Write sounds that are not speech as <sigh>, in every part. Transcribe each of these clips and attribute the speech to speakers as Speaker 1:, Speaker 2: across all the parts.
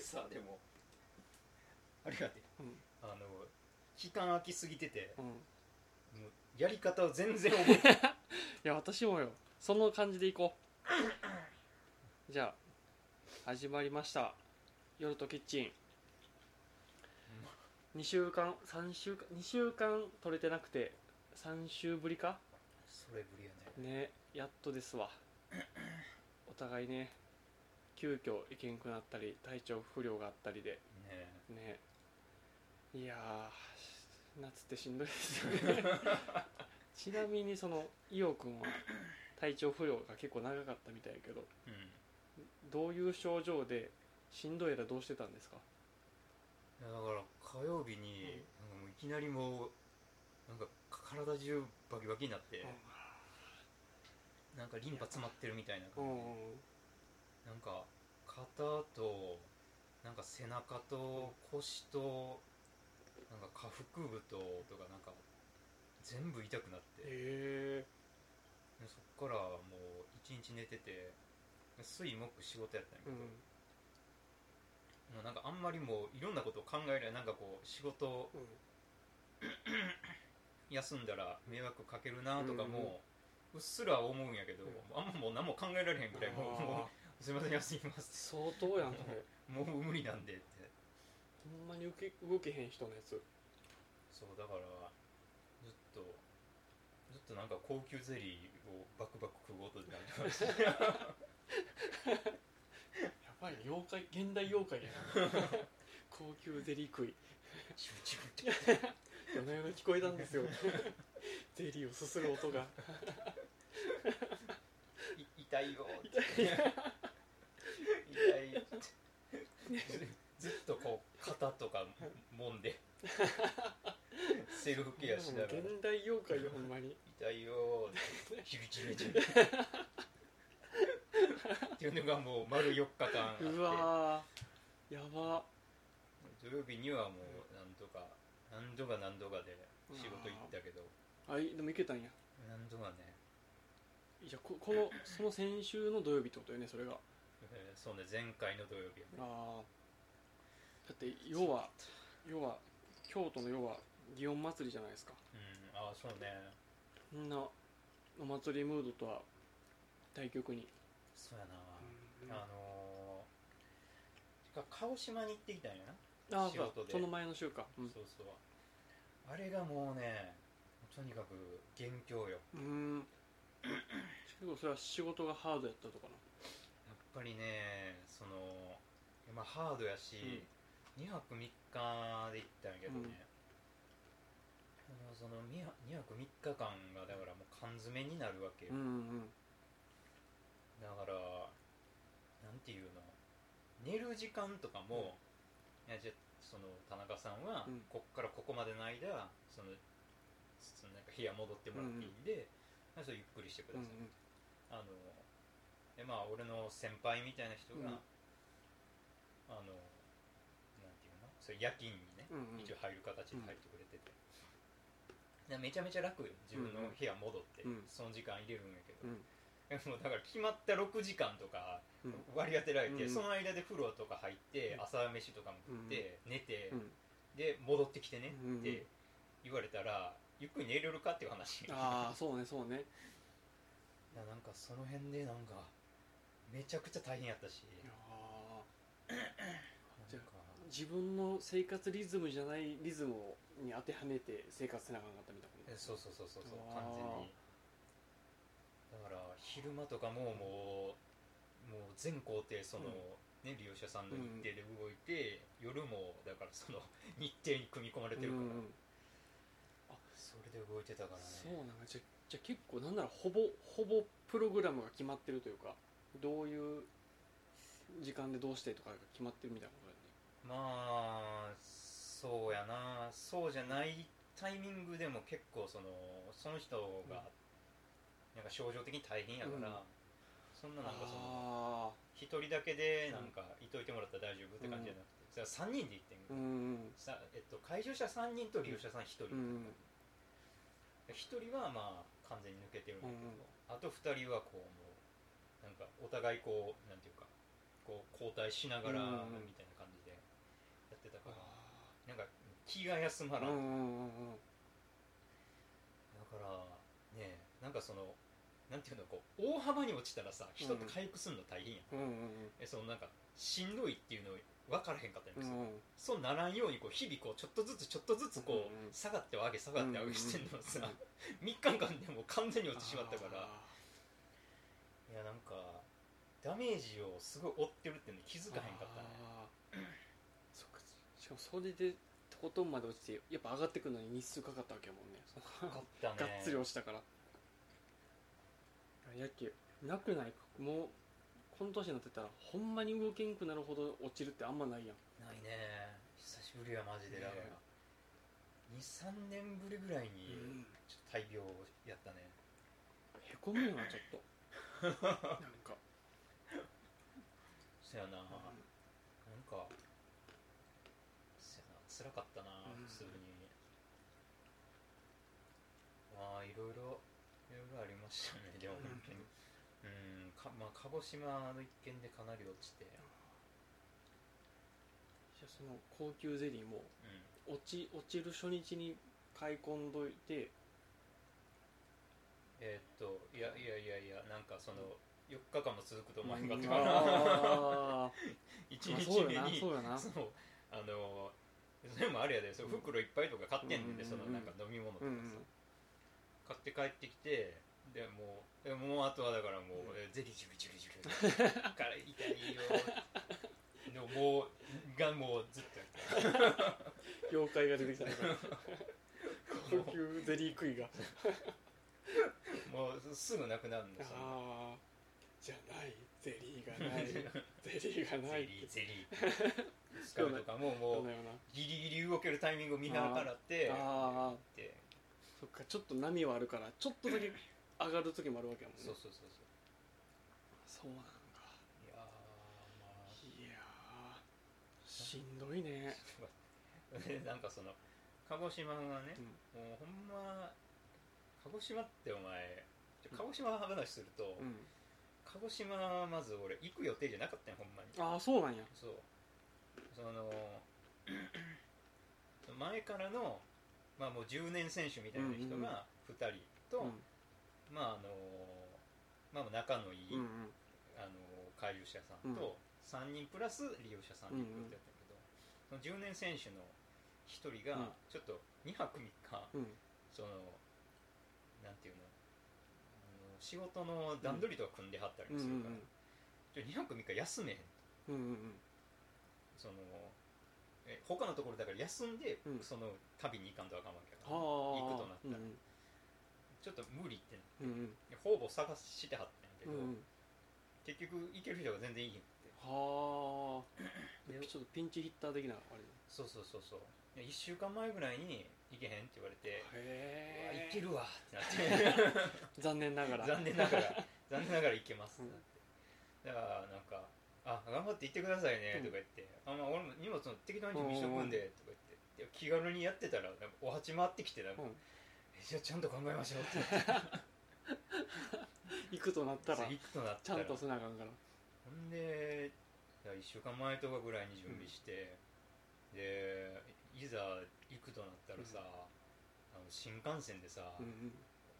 Speaker 1: さでもあれがね
Speaker 2: うん
Speaker 1: あの期間空きすぎてて
Speaker 2: うんい
Speaker 1: もうやり方を全然覚えてない
Speaker 2: や私もよその感じでいこうじゃあ始まりました「夜とキッチン」2週間3週間2週間撮れてなくて3週ぶりか
Speaker 1: <laughs> それぶりやね
Speaker 2: ねやっとですわお互いね急遽行けんくなったり体調不良があったりで
Speaker 1: ね
Speaker 2: ねいやー夏ってしんどいですよねちなみにその伊代君は体調不良が結構長かったみたいやけど
Speaker 1: うん
Speaker 2: どういう症状でしんどいらどうしてたんですか
Speaker 1: いやだから火曜日に、なんかもういきなりもうなんか体中バキバキになって、なんかリンパ詰まってるみたいな
Speaker 2: う
Speaker 1: 感じ
Speaker 2: ん
Speaker 1: で、なんか肩となんか背中と腰となんか下腹部ととかなんか全部痛くなって、
Speaker 2: え
Speaker 1: でそっからもう一日寝てて水木仕事やったんや
Speaker 2: う
Speaker 1: け
Speaker 2: ん
Speaker 1: ど、もうなんかあんまりもういろんなことを考えりゃなんかこう仕事
Speaker 2: うん
Speaker 1: 休んだら迷惑かけるなとか
Speaker 2: うんうん
Speaker 1: もううっすら思うんやけど、
Speaker 2: うん
Speaker 1: あんまもう何も考えられへんぐらいもう
Speaker 2: あー
Speaker 1: もうすいません休みます
Speaker 2: 相当やんそれ
Speaker 1: もう無理なんでって
Speaker 2: ほんまに受け動けへん人のやつ
Speaker 1: そうだからずっとずっとなんか高級ゼリーをバクバク食おうとでなってました
Speaker 2: やばい妖怪現代妖怪やな高級ゼリー食い
Speaker 1: チュンチュンって
Speaker 2: 夜な夜な聞こえたんですよゼリーをすする音が
Speaker 1: い痛いよって
Speaker 2: 痛い
Speaker 1: 痛いってずっとこう肩とかもんでセルフケアしながら
Speaker 2: 現代妖怪よほんまに
Speaker 1: 痛いよーって響きめちゃうっていうのがもう丸4日間あって
Speaker 2: うわーやば
Speaker 1: 土曜日にはもうなんとか何度か何度かで仕事行ったけど
Speaker 2: あいでもいけたんや
Speaker 1: 何度かね、
Speaker 2: じゃあここのその先週の土曜日ってことよねそれが
Speaker 1: えーそうね前回の土曜日やね
Speaker 2: あーだって要は要は京都の要は祇園祭りじゃないですか
Speaker 1: うんああそうね
Speaker 2: そんなお祭りムードとは対極に、
Speaker 1: そうや
Speaker 2: うん
Speaker 1: な、あのー、てか鹿児島に行ってきたんやな、
Speaker 2: ああ
Speaker 1: 仕
Speaker 2: そう
Speaker 1: 事
Speaker 2: だ
Speaker 1: で
Speaker 2: その前の週かうん
Speaker 1: そうそうあれがもうねとにかく元凶よ
Speaker 2: うーん結構それは仕事がハードやったとかな
Speaker 1: やっぱりねそのまあハードやし、2泊3日で行ったんやけどね、
Speaker 2: うん
Speaker 1: もうその 2, 泊3日間がだからもう缶詰になるわけよ、
Speaker 2: うんうん
Speaker 1: だからなんていうの寝る時間とかも、いやじゃその田中さんは、
Speaker 2: うん
Speaker 1: こっからここまでの間そのそのなんか部屋戻ってもらっていいんで、まあそれゆっくりしてくだ
Speaker 2: う
Speaker 1: さい、
Speaker 2: ん
Speaker 1: あのでまあ俺の先輩みたいな人が、あ
Speaker 2: うん
Speaker 1: のなんていうのそれ夜勤にね、
Speaker 2: うんうん
Speaker 1: 一応入る形で入ってくれてて、でめちゃめちゃ楽よ自分の部屋戻って、
Speaker 2: うん
Speaker 1: その時間入れるんやけ
Speaker 2: う
Speaker 1: ど、
Speaker 2: ん
Speaker 1: <laughs> でもうだから決まった6時間とか
Speaker 2: うん
Speaker 1: 割り当てられて、
Speaker 2: うん
Speaker 1: その間で風呂とか入って、
Speaker 2: うん
Speaker 1: 朝飯とかも食って、寝て、
Speaker 2: うん
Speaker 1: で戻ってきてね
Speaker 2: うん
Speaker 1: って言われたら、ゆっくり寝れるかっていう話
Speaker 2: ああそうねそうね
Speaker 1: <laughs> いやなんかその辺でなんかめちゃくちゃ大変やったし
Speaker 2: いやー
Speaker 1: なん
Speaker 2: じゃ
Speaker 1: か
Speaker 2: 自分の生活リズムじゃないリズムに当てはめて生活せなあかんかったみたい
Speaker 1: えそうそうそうそうそう
Speaker 2: あー
Speaker 1: 完全にだから昼間とかももうもう全工程その、
Speaker 2: うん
Speaker 1: ね、利用者さんの日程で動いて、夜もだからその <laughs> 日程に組み込まれてる
Speaker 2: な
Speaker 1: から、
Speaker 2: うんうん
Speaker 1: それで動いてたから
Speaker 2: そう
Speaker 1: ね
Speaker 2: なんかじゃじゃあ結構なんならほぼほぼプログラムが決まってるというかどういう時間でどうしてとかが決まってるみたいなことだよね
Speaker 1: まあそうやなそうじゃないタイミングでも結構そのその人がなんか症状的に大変やから、
Speaker 2: うん
Speaker 1: そんななんかその
Speaker 2: あ
Speaker 1: 一人だけでなんかいといてもらったら大丈夫って感じじゃなくて、さ3人で行ってん
Speaker 2: あうんうん
Speaker 1: さえっと、介助者3人と利用者さん1人、
Speaker 2: うん
Speaker 1: 1人はまあ完全に抜けてるんだけど、
Speaker 2: うん
Speaker 1: あと2人はこうもうなんかお互いこうなんていうかこう交代しながら
Speaker 2: うんうん
Speaker 1: みたいな感じで気が休ま
Speaker 2: う
Speaker 1: ら
Speaker 2: ん
Speaker 1: ん、
Speaker 2: う
Speaker 1: だ
Speaker 2: んうんうん
Speaker 1: からねなんかそのなんていうのこう大幅に落ちたらさ人って回復するの大変やん、
Speaker 2: うんうん
Speaker 1: えそのなんかしんどいっていうの分からへんかったり
Speaker 2: う
Speaker 1: も
Speaker 2: ん
Speaker 1: する、
Speaker 2: うん
Speaker 1: そうならんようにこう日々こうちょっとずつちょっとずつこう、
Speaker 2: うんうん
Speaker 1: 下がっては上げ下がっては上げしてんのをさ、
Speaker 2: うんうん
Speaker 1: 3日 <laughs> 間でもう完全に落ちてしまったから
Speaker 2: あ
Speaker 1: いやなんかダメージをすごい負ってるっていうのに気づ
Speaker 2: ー
Speaker 1: かへんかったね
Speaker 2: あーそっかしかもそれでとことんまで落ちてやっぱ上がってくるのに日数かかったわけやもんねそ
Speaker 1: よ
Speaker 2: の
Speaker 1: かったね
Speaker 2: <laughs> がっつり押したからいややっけなくないもうこの年になってたらほんまに動けんくなるほど落ちるってあんまないやん
Speaker 1: ないね久しぶりやマジでだから、
Speaker 2: ね
Speaker 1: 23年ぶりぐらいに
Speaker 2: うん
Speaker 1: ちょっと大病やったね、
Speaker 2: へこむよなちょっ
Speaker 1: <laughs>
Speaker 2: となんか
Speaker 1: そやな、なんかそやな辛かったな
Speaker 2: うん
Speaker 1: 普通に、まあいろいろいろいろありましたねでも
Speaker 2: うん
Speaker 1: 本当にうんか、まあ、鹿児島の一件でかなり落ちて、う
Speaker 2: いやその高級ゼリーも
Speaker 1: ん、
Speaker 2: 落ち落ちる初日に買い込んどいて
Speaker 1: えーっといやいやいやいやなんかその4日間も続くと思わへんかった <laughs> から
Speaker 2: あ
Speaker 1: 1
Speaker 2: ーまあ
Speaker 1: 日
Speaker 2: そう
Speaker 1: 目
Speaker 2: やな
Speaker 1: に
Speaker 2: そうやな
Speaker 1: そのあのそれもあれやでその袋いっぱいとか買ってんねんで、
Speaker 2: うん
Speaker 1: そのなんか飲み物とかさ、
Speaker 2: うんうん
Speaker 1: 買って帰ってきてでもうえもうあとはだからもう、
Speaker 2: うん
Speaker 1: えゼリージュルジュルジュルから痛いよのもうがもうずっとやっ
Speaker 2: 妖怪が出てきたから
Speaker 1: て
Speaker 2: 高
Speaker 1: も
Speaker 2: 級ゼリー食いが
Speaker 1: うもうすぐなくなるんですよ
Speaker 2: ああじゃないゼリー
Speaker 1: <laughs>
Speaker 2: がないゼリーがない
Speaker 1: ゼ
Speaker 2: っ
Speaker 1: リー
Speaker 2: て
Speaker 1: ゼリー使うとかもも
Speaker 2: そう
Speaker 1: う
Speaker 2: だよな
Speaker 1: ギリギリ動けるタイミングを見計らって
Speaker 2: ああ
Speaker 1: って
Speaker 2: そっかちょっと波はあるからちょっとだけ上がる時もあるわけやもんね
Speaker 1: そうそうそうそう
Speaker 2: そうなんか
Speaker 1: いやーまあ
Speaker 2: いやーしんどいね
Speaker 1: でなんかその鹿児島がね
Speaker 2: う、ん
Speaker 1: もうほんま鹿児島ってお前ちょ鹿児島の話すると、
Speaker 2: うん、
Speaker 1: 鹿児島はまず俺行く予定じゃなかったよほんまに
Speaker 2: ああそうなんや
Speaker 1: そうその <clears throat> 前からの、まあ、もう10年選手みたいな人
Speaker 2: うんうんうん
Speaker 1: が2人と、
Speaker 2: うん
Speaker 1: まああのまあ、仲のいい、
Speaker 2: うん
Speaker 1: あの回遊者さんと3人プラス利用者3人ってやったけど、その10年選手の1人
Speaker 2: う
Speaker 1: が
Speaker 2: ん
Speaker 1: ちょっと2泊3日、
Speaker 2: うん
Speaker 1: そのなんていうのあの仕事の段取りとか組んではったり
Speaker 2: うん
Speaker 1: も
Speaker 2: うん
Speaker 1: す
Speaker 2: う
Speaker 1: るから、ちょ
Speaker 2: ん
Speaker 1: 2泊3日休めへん
Speaker 2: うんうん
Speaker 1: そのえ他のところだから休んで、
Speaker 2: うん
Speaker 1: その旅に行かんとあかんわけや
Speaker 2: あ
Speaker 1: から行
Speaker 2: あ
Speaker 1: くとなった
Speaker 2: う
Speaker 1: ら、
Speaker 2: んうん
Speaker 1: ちょっと無理ってな
Speaker 2: うんうん
Speaker 1: でほぼ探してはったんやけ
Speaker 2: う
Speaker 1: ど、
Speaker 2: んうん
Speaker 1: 結局行ける人が全然いいんって
Speaker 2: はあ
Speaker 1: で
Speaker 2: ちょっとピンチヒッター的なあ
Speaker 1: そうそうそうそう1週間前ぐらいに行けへんって言われ
Speaker 2: れ
Speaker 1: て、うわ
Speaker 2: へえ
Speaker 1: 行けるわってなって
Speaker 2: 残念ながら
Speaker 1: 残念な
Speaker 2: <laughs>
Speaker 1: がら残念ながら行けますってなってだからなんか「あ頑張って行ってくださいね」とか言って「あまあ、俺も荷物の適当に準備しとくんで」とか言ってで気軽にやってたらなんかお鉢回ってきてなんか、
Speaker 2: うん
Speaker 1: えじゃあちゃんと考えましょう
Speaker 2: <laughs>
Speaker 1: って
Speaker 2: 行くとなったら
Speaker 1: 行くとなっ
Speaker 2: ち
Speaker 1: た
Speaker 2: ゃ
Speaker 1: ら
Speaker 2: んとせなあかんから
Speaker 1: ほんで1週間前とかぐらいに準備して、でいざ行くとなったらさ、あの新幹線でさ、
Speaker 2: うんうん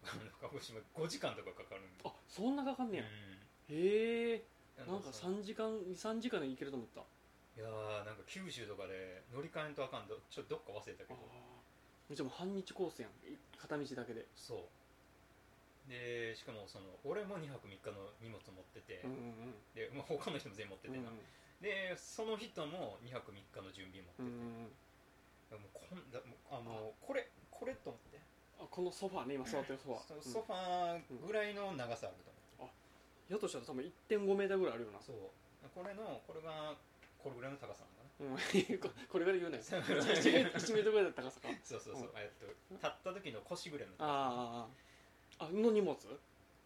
Speaker 1: あの鹿児島5時間とかかかるんだ
Speaker 2: あそんなかかんねや
Speaker 1: う
Speaker 2: へえ
Speaker 1: ん
Speaker 2: なんか
Speaker 1: さ
Speaker 2: 3時間23時間で行けると思ったあ
Speaker 1: いやーなんか九州とかで乗り換えんとあかんどちょっとどっか忘れたけ
Speaker 2: あ
Speaker 1: ど
Speaker 2: ーじゃあもう半日コースやんい片道だけで
Speaker 1: そうでしかもその俺も2泊3日の荷物持ってて、
Speaker 2: うんうん
Speaker 1: でまあ、他の人も全員持って
Speaker 2: うん
Speaker 1: て
Speaker 2: う
Speaker 1: な、
Speaker 2: ん
Speaker 1: でその人も2泊3日の準備持って
Speaker 2: うん
Speaker 1: て、
Speaker 2: うんうん
Speaker 1: もうこんだもうあもうこれこれと思って
Speaker 2: あこのソファーね今座ってるソファー、
Speaker 1: そソファーぐらいの長さあると
Speaker 2: うんやとしたら多分1.5メーターぐらいあるよな
Speaker 1: 思って、そうこれのこれがこれぐらいの高さなのかな
Speaker 2: うん <laughs> ここれぐらい言うなよ
Speaker 1: そう
Speaker 2: 1メートルぐらいだったかさか
Speaker 1: そうそうそう、えっと立った時の腰ぐらいの高さ
Speaker 2: あーあーあーあの荷物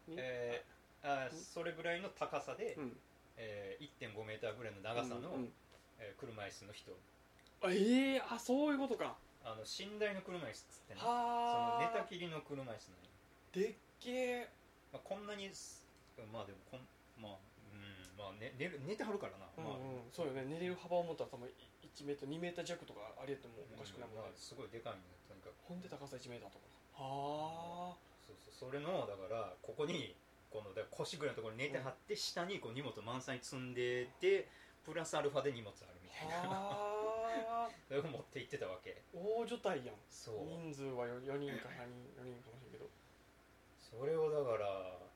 Speaker 2: に
Speaker 1: えーあーそれぐらいの高さで、
Speaker 2: うん
Speaker 1: えー1.5メーターぐらいの長さの、
Speaker 2: うんうん
Speaker 1: えー車椅子の人
Speaker 2: あええあそういうことか
Speaker 1: あの寝台の車椅子っつってねその
Speaker 2: は
Speaker 1: 寝
Speaker 2: あ
Speaker 1: たきりの車椅子なのよ、
Speaker 2: でっけえ
Speaker 1: まあ、こんなにすまあでもこんまあうんまあ、ね、寝る寝てはるからな、
Speaker 2: うんうん
Speaker 1: まあ、
Speaker 2: そうよね寝れる幅を持ったら多分い1メートル2メーター弱とかありえてもおかしくないもん
Speaker 1: ま
Speaker 2: ね
Speaker 1: あ、すごいでかいねとにかく
Speaker 2: ほんで高さ1メーターとかはあ
Speaker 1: そうそうそれのだからここにこのだから腰ぐらいのところに寝て張って、下にこう荷物満載に積んでてプラスアルファで荷物あるみたいな
Speaker 2: はあ
Speaker 1: <laughs> それを持って行ってたわけ
Speaker 2: 大所帯やん
Speaker 1: そう
Speaker 2: 人数はよ4人か3人4人かもしれんけど
Speaker 1: それをだから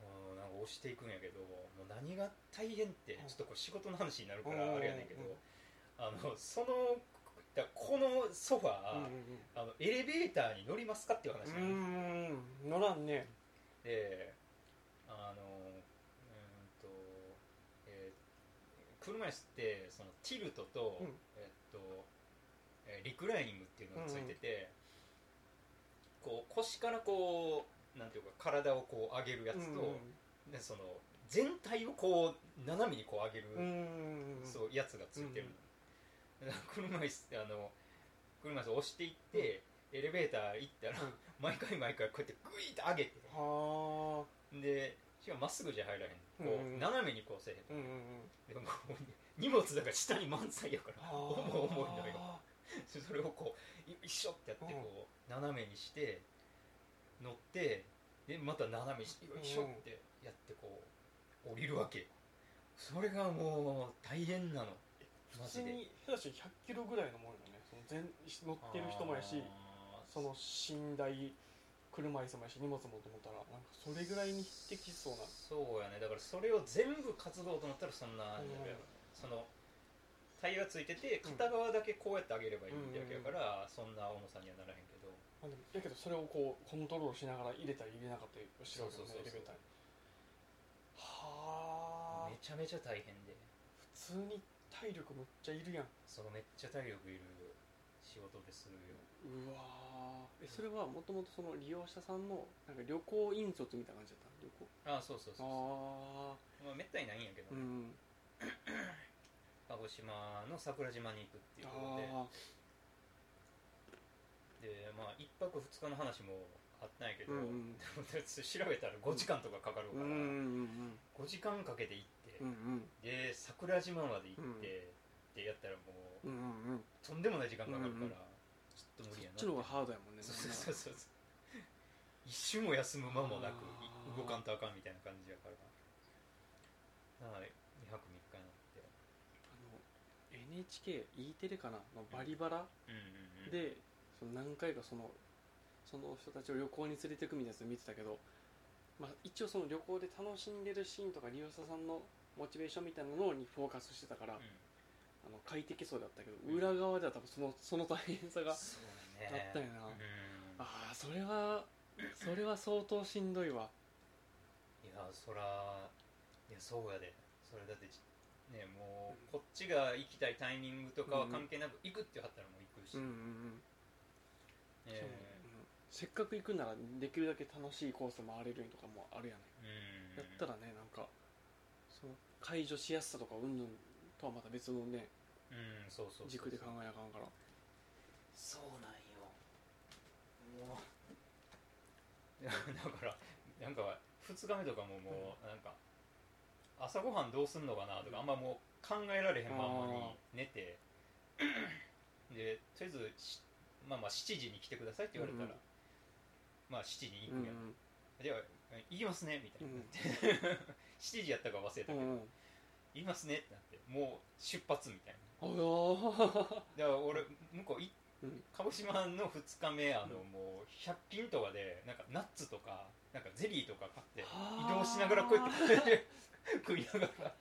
Speaker 1: うんなんか押していくんやけどもう何が大変ってちょっとこう仕事の話になるから
Speaker 2: うん
Speaker 1: あれやねんけど
Speaker 2: うん
Speaker 1: あのそのだからこのソファー、
Speaker 2: う
Speaker 1: あのエレベーターに乗りますかっていう話なん
Speaker 2: うん
Speaker 1: で
Speaker 2: うんうーん乗らんね
Speaker 1: すであのうーんと、えー車椅子ってそのティルトと、
Speaker 2: うん
Speaker 1: えっとえーリクライニングっていうのがついてて、こう腰からこうなんていうか体をこう上げるやつと、でその全体をこう斜めにこう上げる、
Speaker 2: うんうんうん
Speaker 1: そうやつがついてるの、だから車椅子あの車椅子を押していって、エレベーター行ったら、
Speaker 2: うん
Speaker 1: 毎回毎回こうやってグイッと上げて
Speaker 2: は
Speaker 1: でしかもまっすぐじゃ入らへんこう、
Speaker 2: うん
Speaker 1: 斜めにこうせえへん
Speaker 2: あうんうんうん
Speaker 1: でもこう荷物だから下に満載やから <laughs>
Speaker 2: は
Speaker 1: 重い重いのよ
Speaker 2: あ
Speaker 1: それをこうい一緒ってやってこう、斜めにして乗ってでまた斜めにしてよいしょってやってこう降りるわけよそれがもう大変なのマジ
Speaker 2: 普通
Speaker 1: で
Speaker 2: に下手したら100キロぐらいのもんよねその全乗ってる人もや
Speaker 1: あ
Speaker 2: し
Speaker 1: ー
Speaker 2: その寝台車椅子もやし荷物もと思ったらなんかそれぐらいに匹敵しそうな
Speaker 1: そうやねだからそれを全部担ごうと思ったらそんな、そのタイヤついてて
Speaker 2: うん
Speaker 1: 片側だけこうやって上げればいいってわけやから、そんな重さにはならへんけど
Speaker 2: まあ、でもだけどそれをこうコントロールしながら入れたり入れなかったりしてるわけよね
Speaker 1: そうそうそうそう
Speaker 2: エレベーターにはあ
Speaker 1: めちゃめちゃ大変で
Speaker 2: 普通に体力むっちゃいるやん
Speaker 1: そのめっちゃ体力いる仕事でするよ
Speaker 2: うわーえそれはもともとその利用者さんのなんか旅行引率みたいな感じだった旅行
Speaker 1: ああそうそうそうそ
Speaker 2: ああ
Speaker 1: うまあ、めったにないんやけど、
Speaker 2: うん
Speaker 1: 鹿児島の桜島に行くっていうことで
Speaker 2: あ
Speaker 1: でまあ一泊二日の話もあったんやけど、
Speaker 2: うんうん
Speaker 1: でも調べたら5時間とかかかる
Speaker 2: あうん
Speaker 1: から、
Speaker 2: うんうん
Speaker 1: 5時間かけて行って、
Speaker 2: うんうん
Speaker 1: で桜島まで行って、でやったらもう
Speaker 2: うんうんうん
Speaker 1: とんでもない時間かかるから、
Speaker 2: うんうん
Speaker 1: ちょっと無理やな
Speaker 2: そっちの方がハードやもんね
Speaker 1: そうそうそうそう一瞬も休む間もなくい
Speaker 2: あー
Speaker 1: 動かんとあかんみたいな感じやからはい2泊3日になって
Speaker 2: あの NHKE テレかなのバリバラ
Speaker 1: うんうんうん
Speaker 2: でその何回かそのその人たちを旅行に連れてくみたいなやつ見てたけど、まあ、一応その旅行で楽しんでるシーンとか利用者さんのモチベーションみたいなのにフォーカスしてたから、あ
Speaker 1: う
Speaker 2: の快適そうだったけど
Speaker 1: うん
Speaker 2: 裏側では多分そのその大変さ
Speaker 1: ん
Speaker 2: が
Speaker 1: そうやね
Speaker 2: あったよな
Speaker 1: うん
Speaker 2: ああそれはそれは相当しんどいわ
Speaker 1: いやそらいやそうやでそれだってじねもうこっちが行きたいタイミングとかは関係なく行くって言わはったらもう行くし、
Speaker 2: うんうんうん、そう
Speaker 1: え
Speaker 2: うんせっかく行くならできるだけ楽しいコース回れるんとかもあるやね
Speaker 1: ー
Speaker 2: やったらねなんかその解除しやすさとかうんぬんとはまた別のね
Speaker 1: うんそうそうそう
Speaker 2: 軸で考えなあかんから
Speaker 1: そうなんよもうだからなんか2日目とかももうなんか朝ごはんどうすんのかなとかあんまもう考えられへんままに寝てでとりあえずしまあまあ7時に来てくださいって言われたら、
Speaker 2: うんうん
Speaker 1: まあ7時に行
Speaker 2: うんう
Speaker 1: くやん、
Speaker 2: ん
Speaker 1: では行きますねみたいになって、7時や <laughs> ったか忘れたけ
Speaker 2: う
Speaker 1: ど、
Speaker 2: んうん
Speaker 1: 行きますねってなってもう出発みたいな
Speaker 2: ああ
Speaker 1: だから俺向こう行っ
Speaker 2: うん
Speaker 1: 鹿児島の2日目あのもう100均とかでなんかナッツとかなんかゼリーとか買って移動しながらこうやって <laughs> 食いながら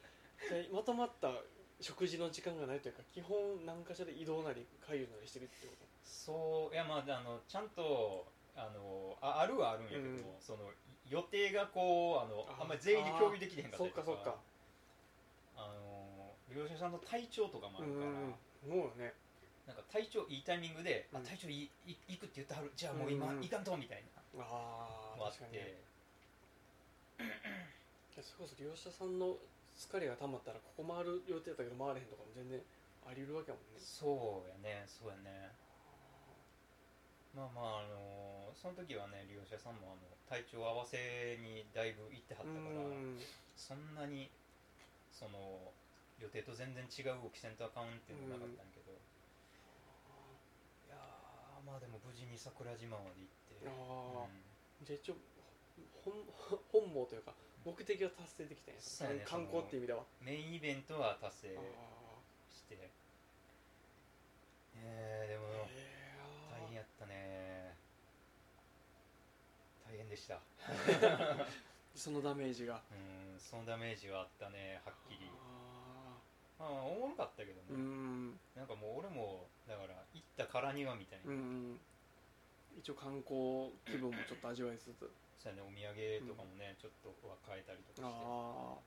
Speaker 2: でまとまった食事の時間がないというか基本何かしらで移動なり回遊なりしてるってこ
Speaker 1: そういやまああのちゃんとあのああるはあるんやけど、
Speaker 2: うん
Speaker 1: その予定がこうあの
Speaker 2: あー
Speaker 1: あんまり全員で共有できてへんか
Speaker 2: と
Speaker 1: った
Speaker 2: そ
Speaker 1: り
Speaker 2: っ
Speaker 1: とか
Speaker 2: かそっか
Speaker 1: あの利用者さんの体調とかもあ
Speaker 2: う
Speaker 1: る
Speaker 2: ん
Speaker 1: から、
Speaker 2: うんもうね
Speaker 1: なんか体調いいタイミングで、
Speaker 2: うん
Speaker 1: あ体調いいいいくって言ってはるじゃあもう今
Speaker 2: うんうん
Speaker 1: 行かんとみたいな
Speaker 2: あ
Speaker 1: のも
Speaker 2: あ
Speaker 1: あっ
Speaker 2: 確かにね
Speaker 1: て
Speaker 2: いやそれこそ利用者さんの疲れが溜まったらここ回る予定だったけど回れへんとかも全然あり得るわけやもんね
Speaker 1: そうやねそうやねまあまああのその時はね利用者さんもあの体調合わせにだいぶ行ってはった
Speaker 2: う
Speaker 1: から
Speaker 2: ん
Speaker 1: そんなにその予定と全然違う動きせんとあかんっていうのなかったんやけど、いやーまあでも無事に桜島まで行って
Speaker 2: ああ
Speaker 1: う、ん
Speaker 2: じゃあ一応本本望というか目的は達成できたんや
Speaker 1: そうやね
Speaker 2: 観光っていう意味では、
Speaker 1: メインイベントは達成
Speaker 2: あ
Speaker 1: してえー、でも
Speaker 2: あ
Speaker 1: 大変やったね大変でした
Speaker 2: そのダメージが
Speaker 1: うんそのダメージはあったねはっきり
Speaker 2: あ
Speaker 1: まあおもろかったけど
Speaker 2: ー
Speaker 1: ね、
Speaker 2: うん
Speaker 1: なんかもう俺もだから行ったからにはみたい
Speaker 2: うんう
Speaker 1: な、
Speaker 2: ん一応観光気分もちょっと味わいつつ
Speaker 1: そうやねお土産とかもね、ちょっとは変えたりと
Speaker 2: あ
Speaker 1: かして
Speaker 2: あ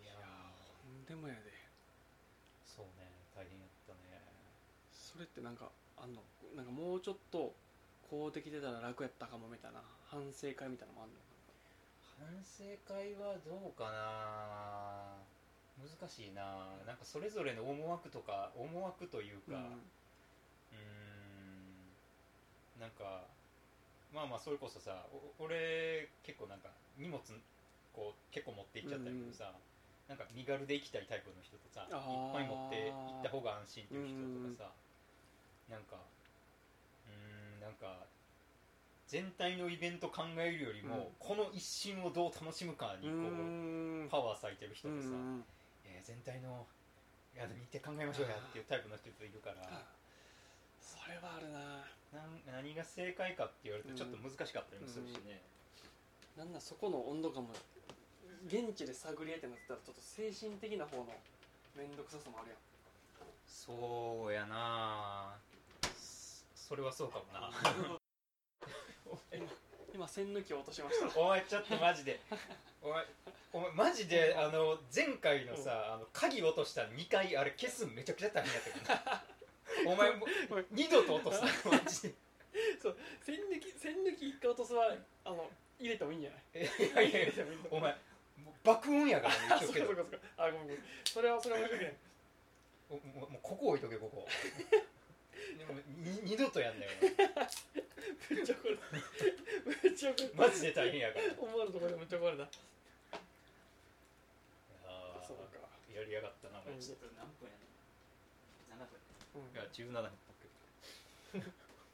Speaker 1: いやー
Speaker 2: でもやで
Speaker 1: そうね大変やったね
Speaker 2: それってなんかあんのなんかもうちょっとこうできてたら楽やったかもみたいな反省会みたいなのもあんの
Speaker 1: 反省会はどうかな難しいななんかそれぞれの思惑とか思惑というか、うーんなんかまあまあそれこそさお俺結構なんか荷物こう結構持って行っちゃったりもさ、なんか身軽で行きたいタイプの人とさいっ
Speaker 2: あー
Speaker 1: ぱい持って行った方が安心っていう人とかさ、なんかうーんなんか全体のイベント考えるよりも、この一瞬をどう楽しむかに
Speaker 2: う
Speaker 1: こうんパワー割いてる人とさ、
Speaker 2: うん
Speaker 1: えー全体のいや見て考えましょうやっていうタイプの人といるから。
Speaker 2: それはあるな
Speaker 1: なん何が正解かって言われる
Speaker 2: うん
Speaker 1: とちょっと難しかったりもするしね、
Speaker 2: なんだそこの温度感も現地で探り合いってなってたらちょっと精神的な方の面倒くささもあるやん
Speaker 1: そうやなそそれはそうかもな
Speaker 2: 今栓抜きを落としました
Speaker 1: <laughs> お前ちょっとマジでお前お前マジであの前回のさ、あの鍵落とした2回あれ消すんめちゃくちゃ大変やったけ <laughs> どなお前も
Speaker 2: ごめん
Speaker 1: 二度と落とす <laughs> なマジで
Speaker 2: 栓抜き栓抜き一回落とすはあの入れてもいいんじゃない
Speaker 1: えいやいやいやお前もう爆音やからね
Speaker 2: あ
Speaker 1: 一
Speaker 2: そ
Speaker 1: 応
Speaker 2: う
Speaker 1: けど <laughs>
Speaker 2: かそうかそうかあごめんごめんそれはそれは面白くない
Speaker 1: おもうもうここ置いとけこ <laughs> こでもに二度とやんなよ
Speaker 2: めっちゃ怒るめっちゃ怒る
Speaker 1: マジで大変やから
Speaker 2: 思わぬところでめっちゃ怒るな
Speaker 1: <laughs> あー
Speaker 2: そうか
Speaker 1: やりやがったな、
Speaker 2: うん
Speaker 1: ちょっと何分やねん7分
Speaker 2: うん
Speaker 1: いや17分だけど
Speaker 2: <laughs>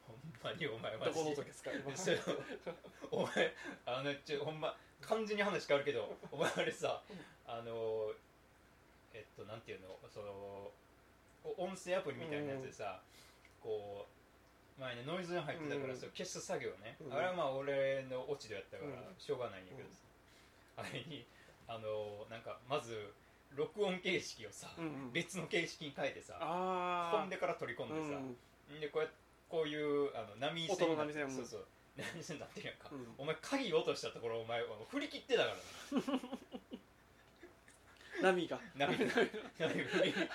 Speaker 1: ほんまにお前マ
Speaker 2: ど
Speaker 1: ジ
Speaker 2: この
Speaker 1: で
Speaker 2: 時使い <laughs> ま
Speaker 1: そ
Speaker 2: す
Speaker 1: れお前あのちょほんま完全に話変わるけどお前あれさあのえっとなんていうのそのお音声アプリみたいなやつでさ、こう前ねノイズが入ってたから、
Speaker 2: うん
Speaker 1: それ消す作業ね、
Speaker 2: うん
Speaker 1: あれはまあ俺のオチでやったから
Speaker 2: うん
Speaker 1: しょうがないんやけどさ、あれにあのなんかまず録音形式をさ、
Speaker 2: うん <laughs> うん
Speaker 1: 別の形式に変えてさ
Speaker 2: ああ
Speaker 1: ほんでから取り込んでさ、
Speaker 2: うん
Speaker 1: でこうやってこういうあの波線
Speaker 2: 音の
Speaker 1: な
Speaker 2: 波線うん
Speaker 1: そうそう波線になってるやんか、
Speaker 2: うん
Speaker 1: お前鍵落としたところお前あの振り切ってたからね
Speaker 2: <laughs> 波が
Speaker 1: 波波振り切って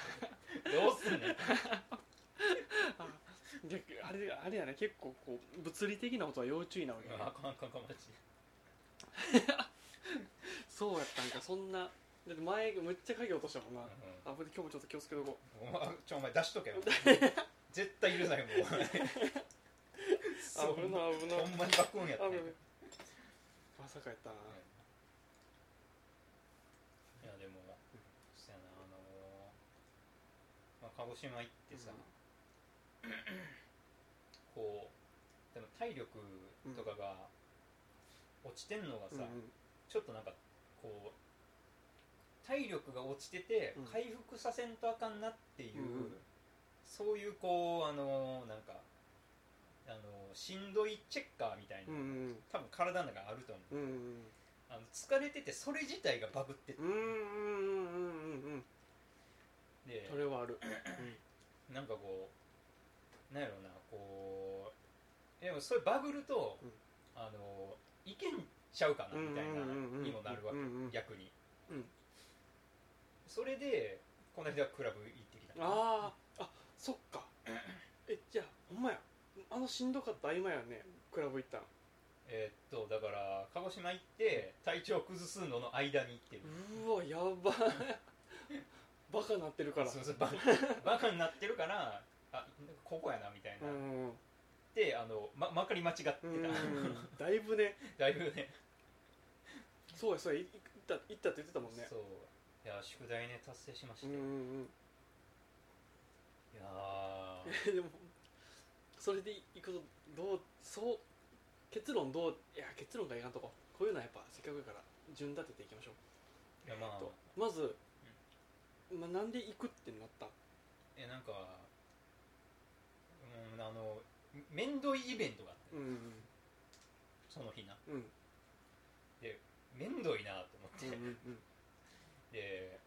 Speaker 1: どうすんねん
Speaker 2: あ逆あれあれやね結構こう物理的なことは要注意なわけね
Speaker 1: あかんあかんあかんマジで
Speaker 2: そうやったんかそんなだって前むっちゃ影落としたもんな、
Speaker 1: う
Speaker 2: あこれ今日もちょっと気をつけとこ
Speaker 1: ん、お前ちょお前出しとけよ絶対許さへんもんお前
Speaker 2: うあ
Speaker 1: そ
Speaker 2: 危
Speaker 1: ん
Speaker 2: な
Speaker 1: ない
Speaker 2: 危ない
Speaker 1: ほんまに爆音やった
Speaker 2: 危
Speaker 1: ん
Speaker 2: な
Speaker 1: や
Speaker 2: いまさかやったな、
Speaker 1: いやでもそやなあのまあ、鹿児島行ってさ、こうでも体力とかが落ちてんのが
Speaker 2: うん
Speaker 1: さ、ちょっとなんかこう体力が落ちてて
Speaker 2: うん
Speaker 1: 回復させんとあかんなっていう、
Speaker 2: うんうん
Speaker 1: そういうこうあのなんかあのしんどいチェッカーみたいな、
Speaker 2: うんうん
Speaker 1: 多分体の中にあると思う
Speaker 2: うんうん
Speaker 1: あの疲れててそれ自体がバグってて
Speaker 2: うんうんうんうんうんうん
Speaker 1: で
Speaker 2: それはある
Speaker 1: なんかこうなんやろうなこうでもそれバグると、
Speaker 2: うん
Speaker 1: あのいけんちゃうかなみたいな
Speaker 2: うんうんうんうん
Speaker 1: にもなるわけ、
Speaker 2: うんうん
Speaker 1: 逆に、
Speaker 2: うん
Speaker 1: それでこの間クラブ行ってきた
Speaker 2: あああそっかえじゃあほんまやあのしんどかった合間やねクラブ行ったん
Speaker 1: えーっとだから鹿児島行って体調崩すのの間に行ってる、
Speaker 2: うわやばいバカなってるから
Speaker 1: そうそうバカバカになってるからあここやなみたいな、
Speaker 2: うん
Speaker 1: であの、ま、まかり間違ってた、
Speaker 2: うんだいぶね
Speaker 1: <laughs> だいぶね
Speaker 2: そうやそうやい行った行ったって言ってたもんね
Speaker 1: そういや宿題ね達成しました
Speaker 2: うん
Speaker 1: よ、
Speaker 2: う
Speaker 1: い
Speaker 2: んうん
Speaker 1: やー
Speaker 2: えでもそれでいくとどうそう結論どういや結論がいかんとここういうのはやっぱせっかくやから順立てていきましょう
Speaker 1: いやまあ
Speaker 2: とまず、まあ、なんで行くってなった
Speaker 1: えなんか、うん、あのめんどいイベントがあって、
Speaker 2: うんうん
Speaker 1: その日な
Speaker 2: うん
Speaker 1: めんどいなと思って、
Speaker 2: うんうんうん
Speaker 1: で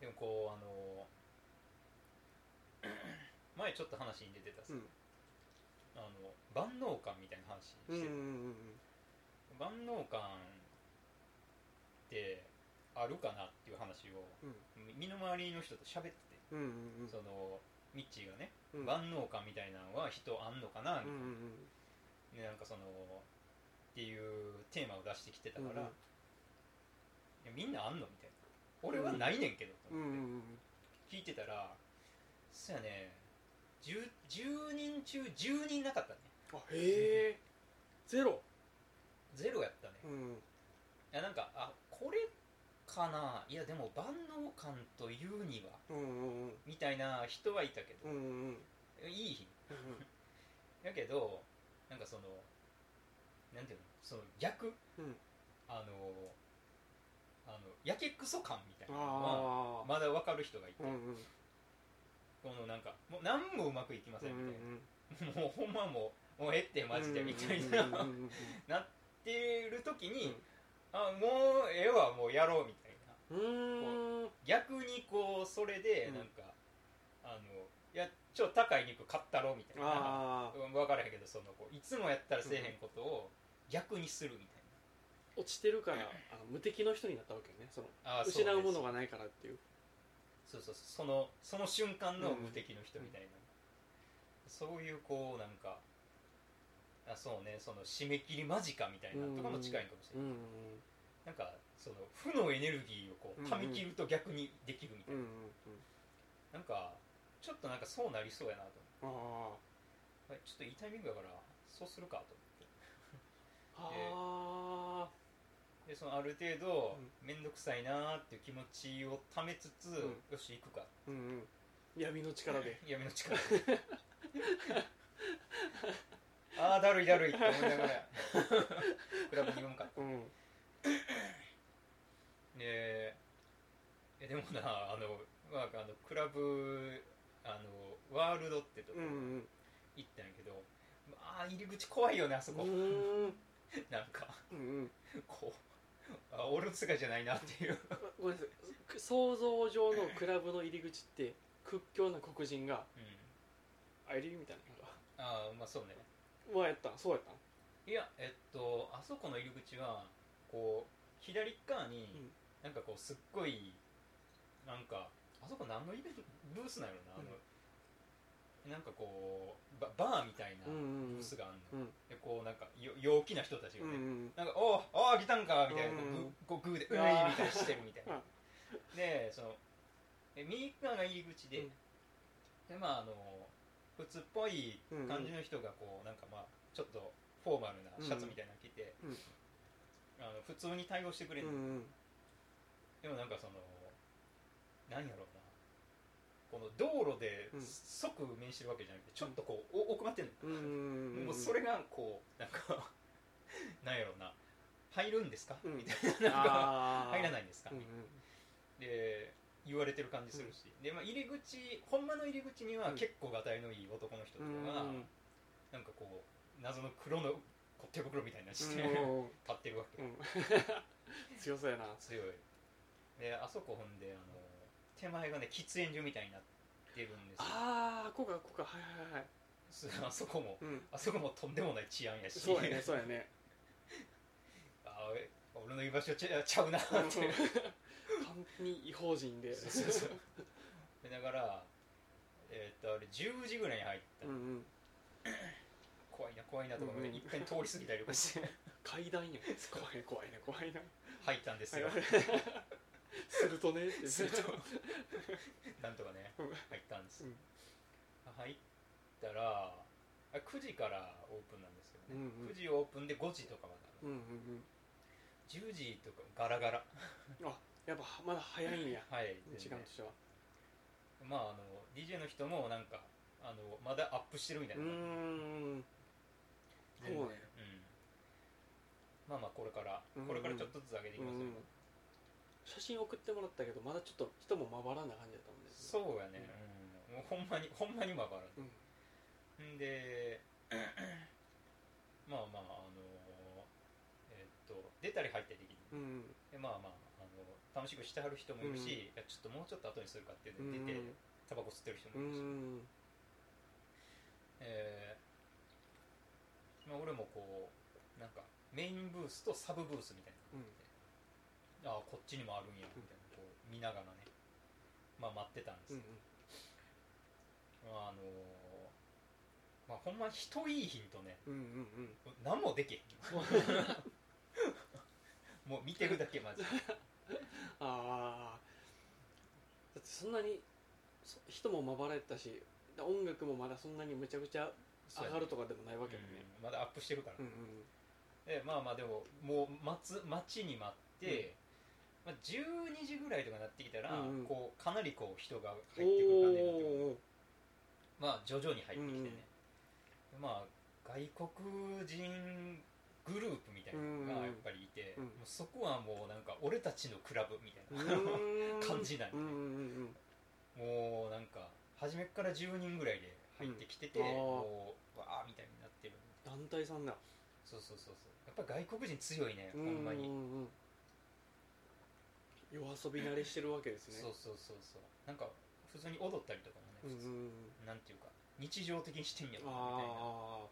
Speaker 1: でもこうあの <clears throat> 前ちょっと話に出てたさ、あの万能感みたいな話
Speaker 2: うんうん
Speaker 1: して
Speaker 2: うん
Speaker 1: る、
Speaker 2: うん
Speaker 1: 万能感ってあるかなっていう話を
Speaker 2: うん
Speaker 1: 身の回りの人と喋ってて、
Speaker 2: うんうんうん
Speaker 1: そのミッチーがね、
Speaker 2: うん
Speaker 1: 万能感みたいなのは人あんのかな
Speaker 2: うんう
Speaker 1: み
Speaker 2: ん
Speaker 1: たいな、でなんかそのっていうテーマを出してきてたから、
Speaker 2: うん
Speaker 1: いやみんなあんのみたいな俺はないねんけどと
Speaker 2: うんうん
Speaker 1: 思って、
Speaker 2: うん
Speaker 1: 聞いてたらそやね 10, 10人中10人なかったね
Speaker 2: あへえゼロ
Speaker 1: ゼロやったね、
Speaker 2: う
Speaker 1: い
Speaker 2: ん
Speaker 1: やなんかあこれかないやでも万能感というには
Speaker 2: うんうんうん
Speaker 1: みたいな人はいたけ
Speaker 2: う
Speaker 1: ど
Speaker 2: ん、うん
Speaker 1: いい日
Speaker 2: うん
Speaker 1: やけどなんかそのなんていうのその逆
Speaker 2: うん
Speaker 1: あのあのやけくそ感みたいなのは
Speaker 2: ああ
Speaker 1: まだ分かる人がいて、
Speaker 2: うんうん
Speaker 1: このなんかもう何もうまくいきませんみたいな、もうほんまもうもうええってマジでみたいな、なってる時に、あもうええわもうやろうみたいな
Speaker 2: うんうん
Speaker 1: 逆にこうそれで
Speaker 2: うん
Speaker 1: なんか、あのいやちょっと高い肉買ったろみたいな
Speaker 2: ああ
Speaker 1: 分からへんけどそのこういつもやったらせえへんことを逆にするみたい
Speaker 2: 落ちてるからあの無敵の人になったわけよねその
Speaker 1: な、あ
Speaker 2: 失うも
Speaker 1: が
Speaker 2: のがないからっていう
Speaker 1: そうそうそうそのその瞬間の無敵の人みたいな、そういうこうなんかあそうねその締め切り間近みたいなとかも近いかもしれない、
Speaker 2: うん
Speaker 1: なんかその負のエネルギーをこ
Speaker 2: うんう
Speaker 1: うん溜め切ると逆にできるみた
Speaker 2: う
Speaker 1: い
Speaker 2: ん
Speaker 1: な、
Speaker 2: う
Speaker 1: な
Speaker 2: ん
Speaker 1: んかちょっとなんかそうなりそうやなと
Speaker 2: あ
Speaker 1: 思ってちょっといいタイミングだからそうするかと思って
Speaker 2: ああ
Speaker 1: でそのある程度
Speaker 2: う
Speaker 1: 面倒くさいなーっていう気持ちをためつつ、
Speaker 2: ん
Speaker 1: よし行くか
Speaker 2: うんうん闇の力で
Speaker 1: <laughs> 闇の力ああだるいだるいって思いな
Speaker 2: <laughs>
Speaker 1: がらクラブに行くんか
Speaker 2: うん
Speaker 1: でえでもなあの,、まあ、あのクラブあのワールドってとこ
Speaker 2: うんうん
Speaker 1: 行ったんやけど、まあ入り口怖いよねあそこ、
Speaker 2: うん
Speaker 1: なんか
Speaker 2: うん
Speaker 1: こうあ俺の世界じゃないなっていう
Speaker 2: ごめんなさい想像上のクラブの入り口って屈強な黒人が
Speaker 1: うん
Speaker 2: あいるみたい
Speaker 1: ああまあそうね
Speaker 2: なはやったそうやった
Speaker 1: いやえっとあそこの入り口はこう左側に
Speaker 2: うん
Speaker 1: なんかこうすっごいなんかあそこ何のイベントブースなんやろなあの、なんかこうババーみたいな
Speaker 2: うんうん
Speaker 1: ブースがあんの、
Speaker 2: うん
Speaker 1: でこうなんかよ陽気な人たち
Speaker 2: う
Speaker 1: が
Speaker 2: んう
Speaker 1: ね、
Speaker 2: ん
Speaker 1: なんか「おうおう来たんか」みたいな
Speaker 2: うんうん
Speaker 1: こうグーこうグーで「う
Speaker 2: う
Speaker 1: え
Speaker 2: わ
Speaker 1: い
Speaker 2: ー」
Speaker 1: みたいにしてるみたいな
Speaker 2: うん
Speaker 1: でそのえ右側が入り口で、
Speaker 2: うん
Speaker 1: でまああの普通っぽい感じの人がこうなんかまあちょっとフォーマルなシャツみたいなの着て、
Speaker 2: うんうん
Speaker 1: あの普通に対応してくれ
Speaker 2: う
Speaker 1: る、
Speaker 2: ん
Speaker 1: でもなんかその何やろうなこの道路で
Speaker 2: うん
Speaker 1: 即面してるわけじゃなくてちょっとこう、お奥まってんの、
Speaker 2: うん
Speaker 1: もうそれがこうなんか <laughs> なんやろうな入るんですか、
Speaker 2: うん
Speaker 1: みたいななんか入ら
Speaker 2: い
Speaker 1: ないんですか、
Speaker 2: うん
Speaker 1: で言われてる感じするし、でまあ、入り口ほんまの入り口には
Speaker 2: うん
Speaker 1: 結構がたいのいい男の人と
Speaker 2: う
Speaker 1: か
Speaker 2: ん
Speaker 1: が、なんかこう謎の黒のこう手袋みたいなのして、立ってるわけ、
Speaker 2: うん強そうやな
Speaker 1: 強いであそこほんであの手前がね喫煙所みたいになってるんですよ
Speaker 2: ああこうかこうかはいはいはい
Speaker 1: そうあそこも
Speaker 2: うん
Speaker 1: あそこもとんでもない治安やし
Speaker 2: そうやねそうやね
Speaker 1: <laughs> あえ俺の居場所ちゃちゃうなって
Speaker 2: 完に違法人で
Speaker 1: そうそうそうでだからえーっとあれ10時ぐらいに入った、
Speaker 2: うんうん
Speaker 1: 怖いな怖いなとか思って、
Speaker 2: うん
Speaker 1: いっぺん通り過ぎたりとかして
Speaker 2: 階段やん怖い怖いね怖いな
Speaker 1: 入ったんですよ
Speaker 2: するとねって
Speaker 1: するとなんとかね
Speaker 2: うん
Speaker 1: 入ったんです、
Speaker 2: うん
Speaker 1: 入ったらあ9時からオープンなんですよね、
Speaker 2: うんうん
Speaker 1: 9時オープンで5時とかまである
Speaker 2: うんうん
Speaker 1: 10時とかガラガラ
Speaker 2: うんあやっぱまだ早いんや
Speaker 1: はい
Speaker 2: 時
Speaker 1: 全
Speaker 2: 間
Speaker 1: 然
Speaker 2: としては
Speaker 1: まああの DJ の人もなんかあのまだアップしてるみたいうな感じ
Speaker 2: ーんそう
Speaker 1: 全
Speaker 2: ね
Speaker 1: 然うんまあまあこれから
Speaker 2: うん
Speaker 1: これからちょっとずつ上げていきますよ、
Speaker 2: うん写真送ってもらったけどまだちょっと人もまばらな感じだったもんね
Speaker 1: そうやね、うんもうほんまにほんまにまばら
Speaker 2: うん
Speaker 1: んでまあまああのえっと出たり入ったりできる
Speaker 2: うん
Speaker 1: でまあまああの楽しくしてはる人もいるし、
Speaker 2: うん
Speaker 1: いやちょっともうちょっと後にするかっていう
Speaker 2: う
Speaker 1: の
Speaker 2: ん
Speaker 1: で出てタバコ吸ってる人
Speaker 2: う
Speaker 1: もいるし、
Speaker 2: ん
Speaker 1: えーまあ、俺もこうなんかメインブースとサブブースみたいな
Speaker 2: うん
Speaker 1: ああこっちにもあるんやみたいなこう見ながらね、まあ、待ってたんです
Speaker 2: う
Speaker 1: よ
Speaker 2: ん
Speaker 1: まああのーまあ、ほんま人いいヒントね
Speaker 2: うんうんうん
Speaker 1: 何もで
Speaker 2: <laughs>
Speaker 1: きへんもう見てるだけマジで
Speaker 2: ああだってそんなにそ人もまばらやったし音楽もまだそんなにむちゃくちゃ
Speaker 1: そう
Speaker 2: <laughs> 上
Speaker 1: やね
Speaker 2: がるとかでもないわけだね
Speaker 1: うんまだアップしてるから、
Speaker 2: うん
Speaker 1: でまあまあでももう待つ待ちに待って、まあ、12時ぐらいとかなってきたら、
Speaker 2: うんうん
Speaker 1: こうかなりこう人が
Speaker 2: う
Speaker 1: 入
Speaker 2: ん
Speaker 1: ってくる感じになってくる
Speaker 2: おー
Speaker 1: まあ徐々に入ってきてね、まあ外国人グループみたいなのがやっぱりいて、
Speaker 2: うん
Speaker 1: もうそこはもうなんか俺たちのクラブみた
Speaker 2: う
Speaker 1: いな、
Speaker 2: ーん
Speaker 1: 感じない
Speaker 2: うんうんうん
Speaker 1: もうなんか初めっから10人ぐらいで入ってきてて、
Speaker 2: うんあー
Speaker 1: もうわあみたいになってる
Speaker 2: 団体さんだ
Speaker 1: そうそうそうそうやっぱ外国人強いねほんまに、
Speaker 2: ううんうん夜遊び慣れしてるわけですね
Speaker 1: そうそうそうそうなんか普通に踊ったりとかも
Speaker 2: うん
Speaker 1: ね
Speaker 2: う
Speaker 1: 普
Speaker 2: んう
Speaker 1: 通、
Speaker 2: ん
Speaker 1: なんていうか日常的にしてんやろなみたいな
Speaker 2: ああ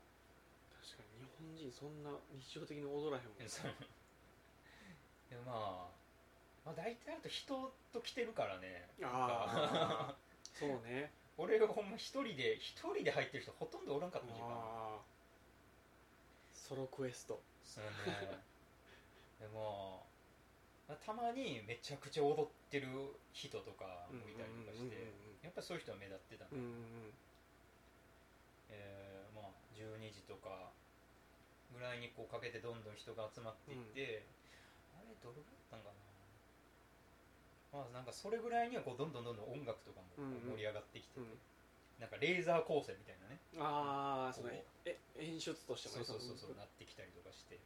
Speaker 2: 確かに日本人そんな日常的に踊らへんもんね
Speaker 1: そう <laughs> でまあまあ大体あと人と来てるからね
Speaker 2: ああそうね
Speaker 1: <laughs> 俺がほんま一人で一人で入ってる人ほとんどおらんかった時間
Speaker 2: ああソロクエスト
Speaker 1: そうねでもまあたまにめちゃくちゃ踊ってる人とかもいたりとかして、やっぱそういう人は目立ってたね、
Speaker 2: うんうんうん
Speaker 1: えーまあ12時とかぐらいにこうかけてどんどん人が集まっていって、あれどれぐらいだったんかなまあなんかそれぐらいにはこうどんどんどんどん音楽とかもこう
Speaker 2: うんうん
Speaker 1: 盛り上がってきて、
Speaker 2: うんうん
Speaker 1: なんかレーザー光線みたいなね
Speaker 2: ああその
Speaker 1: こ
Speaker 2: え演出としても
Speaker 1: そう
Speaker 2: ね
Speaker 1: そうそうそうなってきたりとかして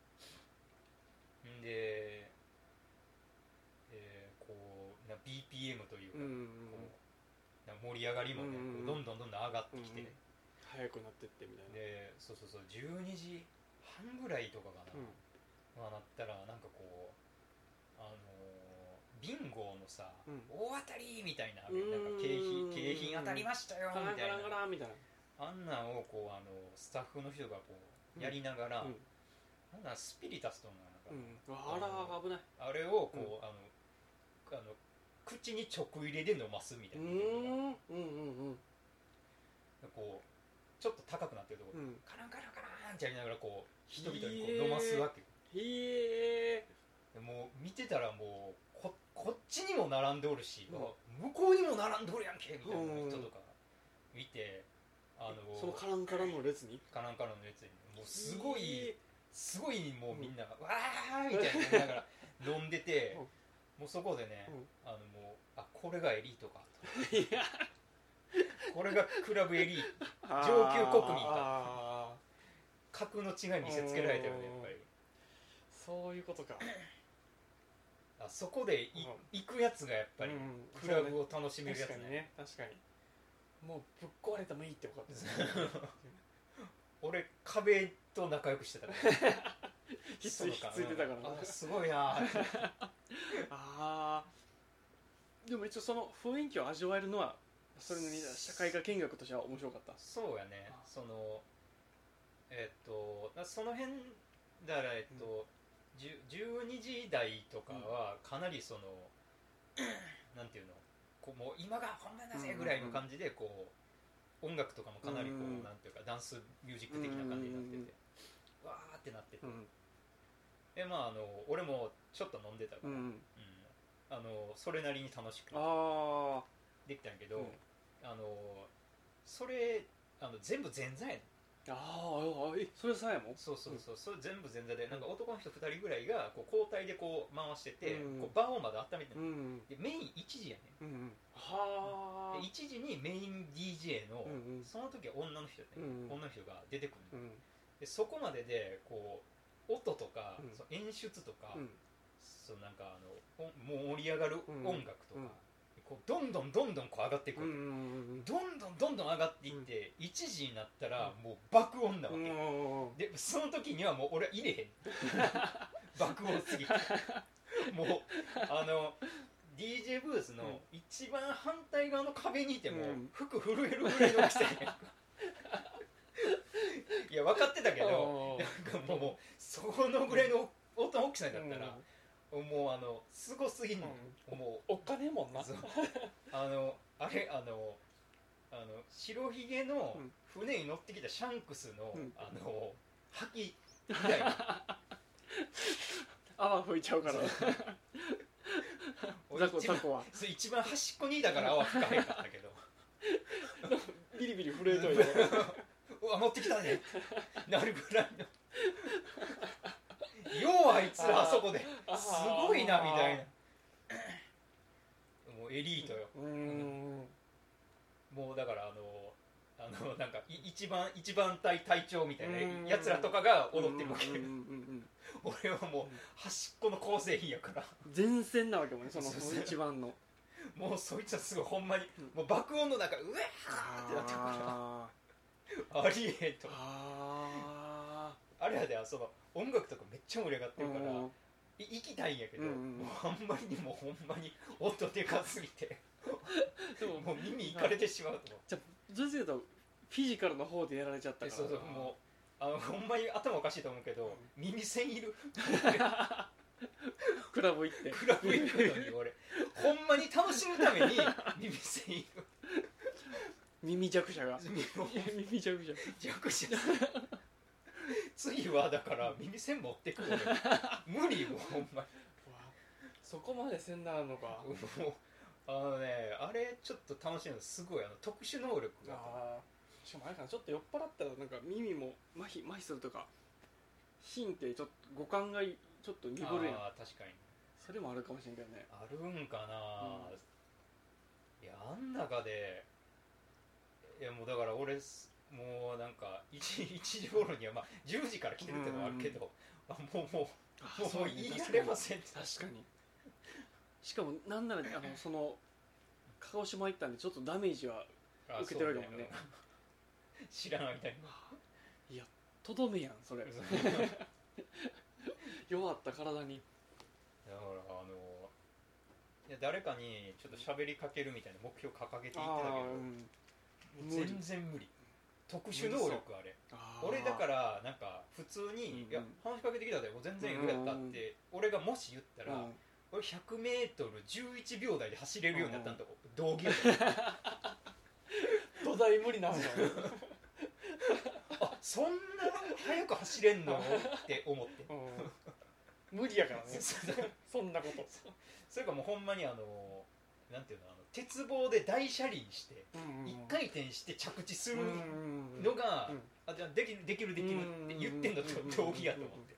Speaker 1: んで、えーこうな BPM という
Speaker 2: う
Speaker 1: か,、
Speaker 2: んうんうん
Speaker 1: こうな盛り上がりもね、
Speaker 2: うんう
Speaker 1: こう
Speaker 2: ん
Speaker 1: どんどんどんどん上がってきて、
Speaker 2: うんうん早くなってってみたいな
Speaker 1: でそうそうそう12時半ぐらいとかかな、まあなったらなんかこうあのービンゴのさ、
Speaker 2: うん
Speaker 1: 大当たりみたいななん
Speaker 2: うーん
Speaker 1: か景品景品当たりましたよ
Speaker 2: ガラン
Speaker 1: みた
Speaker 2: ガ
Speaker 1: い
Speaker 2: ラン
Speaker 1: な
Speaker 2: ガランみたいな
Speaker 1: あんなんをこうあのスタッフの人がこ
Speaker 2: うん
Speaker 1: うやりながら、
Speaker 2: うん
Speaker 1: なんなんスピリタスとのなんか、
Speaker 2: うんあら危ない
Speaker 1: あれをこう、あのあの口に直入れで飲ますみた
Speaker 2: う
Speaker 1: い
Speaker 2: ん
Speaker 1: な、
Speaker 2: うんうんうん
Speaker 1: こうちょっと高くなってるとこ
Speaker 2: う
Speaker 1: ろ、
Speaker 2: ん
Speaker 1: カランカランカランってやりながらこう人々にこう
Speaker 2: へー
Speaker 1: 飲ますわけよ
Speaker 2: へえ
Speaker 1: でもう見てたらもうここっちにも並んでおるし、
Speaker 2: うん
Speaker 1: あ向こうにも並んでおるやんけみたいな人とか見て、あの
Speaker 2: そのカランカランの列に
Speaker 1: カランカランのやつにもうすごい、
Speaker 2: へ
Speaker 1: すごいもうみんなが「わー!」みたいな言いながら飲んでて、
Speaker 2: うん
Speaker 1: もうそこでね、
Speaker 2: うん
Speaker 1: あのもうあこれがエリートか
Speaker 2: えいや
Speaker 1: とこれがクラブエリート
Speaker 2: <laughs>
Speaker 1: 上級国民だ
Speaker 2: あー
Speaker 1: 格の違い見せつけられたよねやっぱり
Speaker 2: そういうことか
Speaker 1: あそこでい
Speaker 2: うん
Speaker 1: 行くやつがやっぱり
Speaker 2: うん
Speaker 1: クラブを楽しめるやつ
Speaker 2: 確か
Speaker 1: ね,、
Speaker 2: にね確かにもうぶっ壊れてもいいってことですね
Speaker 1: 俺壁と仲良くしてたから
Speaker 2: ひっついひっついてたからな
Speaker 1: あすごいなーって
Speaker 2: ああでも一応その雰囲気を味わえるのはそれなりに社会科見学としては面白かった
Speaker 1: そうやね
Speaker 2: あ
Speaker 1: そのえっとだその辺だからえっと、じゅ12時台とかはかなりそ
Speaker 2: <clears throat>
Speaker 1: の、なんていうのこうもう今が本番だ
Speaker 2: うんうん
Speaker 1: ぜ
Speaker 2: うん
Speaker 1: ぐらいの感じでこう音楽とかもかなりこう、
Speaker 2: うんうん
Speaker 1: なんていうかダンスミュージック的な感じになってて、
Speaker 2: うんうん
Speaker 1: わーってなってて、
Speaker 2: うん
Speaker 1: でまああの俺もちょっと飲んでたから、
Speaker 2: う
Speaker 1: うん
Speaker 2: ん
Speaker 1: あのそれなりに楽しく
Speaker 2: ああ
Speaker 1: できたんやけど、
Speaker 2: うん
Speaker 1: あのそれあの全部前座やね
Speaker 2: あーあーえそれさえも
Speaker 1: そうそうそう、それ全部前座でなんか男の人2人ぐらいがこう交代でこう回してて、
Speaker 2: うん
Speaker 1: こう場をまだ温めて
Speaker 2: う
Speaker 1: ない、
Speaker 2: ん
Speaker 1: でメイン1時やね
Speaker 2: うんうんはあ
Speaker 1: んで1時にメイン DJ の、
Speaker 2: うんうん
Speaker 1: その時は女の人やね、
Speaker 2: うんうん
Speaker 1: 女の人が出てく
Speaker 2: う
Speaker 1: る、
Speaker 2: ん
Speaker 1: でそこまででこう音とか、
Speaker 2: うん
Speaker 1: その演出とか、
Speaker 2: うん
Speaker 1: そのなんかあのおもう盛り上がる
Speaker 2: うん
Speaker 1: 音楽とか、
Speaker 2: うん
Speaker 1: こうどんどんどんどんこう上がっていく
Speaker 2: う
Speaker 1: わ
Speaker 2: ん
Speaker 1: け、
Speaker 2: うん
Speaker 1: どんどんどんどん上がっていって、1時になったらもう爆音なわ
Speaker 2: う
Speaker 1: け、
Speaker 2: んうん
Speaker 1: でその時にはもう俺は入れへん <laughs> 爆音すぎ <laughs> てもうあの DJ ブースの一番反対側の壁にいても、
Speaker 2: うん
Speaker 1: 服震えるぐらいの大きさや <laughs> ねんいや分かってたけどなんかもうもうそのぐらいの音の大きさだったら、もうあのすごすぎんの、も
Speaker 2: お金もんな
Speaker 1: そううあのあれあのあの白ひげの
Speaker 2: うん
Speaker 1: 船に乗ってきたシャンクスの、
Speaker 2: うん
Speaker 1: あの覇
Speaker 2: <laughs>
Speaker 1: 気みたいな
Speaker 2: 泡吹いちゃうから
Speaker 1: 俺
Speaker 2: ザコ
Speaker 1: 一
Speaker 2: ザ
Speaker 1: 番
Speaker 2: コは
Speaker 1: そう一番端っこにいたから泡深いかったけ
Speaker 2: <laughs>
Speaker 1: ど
Speaker 2: ビリビリ震えといて
Speaker 1: <laughs> うわ乗ってきたねなるぐらいのようあいつら
Speaker 2: あー
Speaker 1: あそこです
Speaker 2: あー
Speaker 1: ごいなみたいなもうエリートよ
Speaker 2: うん
Speaker 1: もうだからあのあのなんかい一番一番隊隊長みたいな
Speaker 2: うん
Speaker 1: やつらとかが踊ってるわけ
Speaker 2: うんうんうん
Speaker 1: 俺はもう端っこの構成品やから
Speaker 2: うん前線なわけもねその
Speaker 1: そうそう
Speaker 2: 一番の
Speaker 1: もうそいつはすごいほんまに
Speaker 2: うん
Speaker 1: もう爆音の中うわーってなってるか
Speaker 2: あ
Speaker 1: らありえんと
Speaker 2: ーあ
Speaker 1: あれやでその音楽とかめっちゃ盛り上がって
Speaker 2: ー
Speaker 1: るから、
Speaker 2: うん
Speaker 1: い行きたいんやけど、
Speaker 2: うんうん
Speaker 1: もうあんまりにもほんまに音でかすぎ
Speaker 2: <laughs>
Speaker 1: て
Speaker 2: でも
Speaker 1: もう耳いかれてしまうと思って
Speaker 2: じゃあどっちかというとフィジカルの方でやられちゃったから
Speaker 1: そうそうもうあのほんまに頭おかしいと思うけど、耳栓いる
Speaker 2: クラブ行って
Speaker 1: クラブ行くのに俺ほんまに楽しむために耳栓い
Speaker 2: <laughs>
Speaker 1: る
Speaker 2: <laughs> 耳弱者
Speaker 1: <laughs>
Speaker 2: が
Speaker 1: 耳を
Speaker 2: 耳弱者
Speaker 1: 弱視する次はだから耳栓持ってくる無理もうほんま
Speaker 2: そこまでせんなあんのか
Speaker 1: にもうあのねあれちょっと楽しいのすごいあの特殊能力が
Speaker 2: あーしかもあれかなちょっと酔っ払ったらなんか耳も麻痺麻痺するとか神経ちょっと五感がいちょっと鈍るやん
Speaker 1: あー確かに
Speaker 2: それもあるかもしれんけどね
Speaker 1: あるんかな、
Speaker 2: うん
Speaker 1: いやあん中でいやもうだから俺すもうなんか 1, 1時頃にはまあ10時から来てるってのはあるけど、あもうも <laughs> うもうもう言いられませんって
Speaker 2: 確かにしかもなんならあのその鹿児島行ったんでちょっとダメージは
Speaker 1: あ
Speaker 2: 受けてるわけもんね
Speaker 1: そうだよ知らないみたい
Speaker 2: いやとどめやんそれ
Speaker 1: なだから
Speaker 2: 弱った体に
Speaker 1: あのいや誰かにちょっと喋りかけるみたいな目標掲げていってたけど、
Speaker 2: うん
Speaker 1: もう全然無理特殊能力あれ俺だかららなんか普通に
Speaker 2: うんう
Speaker 1: 「
Speaker 2: ん
Speaker 1: いや話しかけてきたでもう全然余裕やった」って俺がもし言ったら俺 100m11 秒台で走れるようになったんだ同級
Speaker 2: <laughs>
Speaker 1: 生
Speaker 2: 土台無理なんだ
Speaker 1: あそんな速く走れん
Speaker 2: <laughs>
Speaker 1: のって思って
Speaker 2: 無理やからね
Speaker 1: そう <laughs>
Speaker 2: そんなこと
Speaker 1: それかもうほんまにあのなんていうのあの鉄棒で大車輪して一回転して着地するのが
Speaker 2: うん
Speaker 1: 「あじゃあできるできるできる」って言ってんのと同義やと思って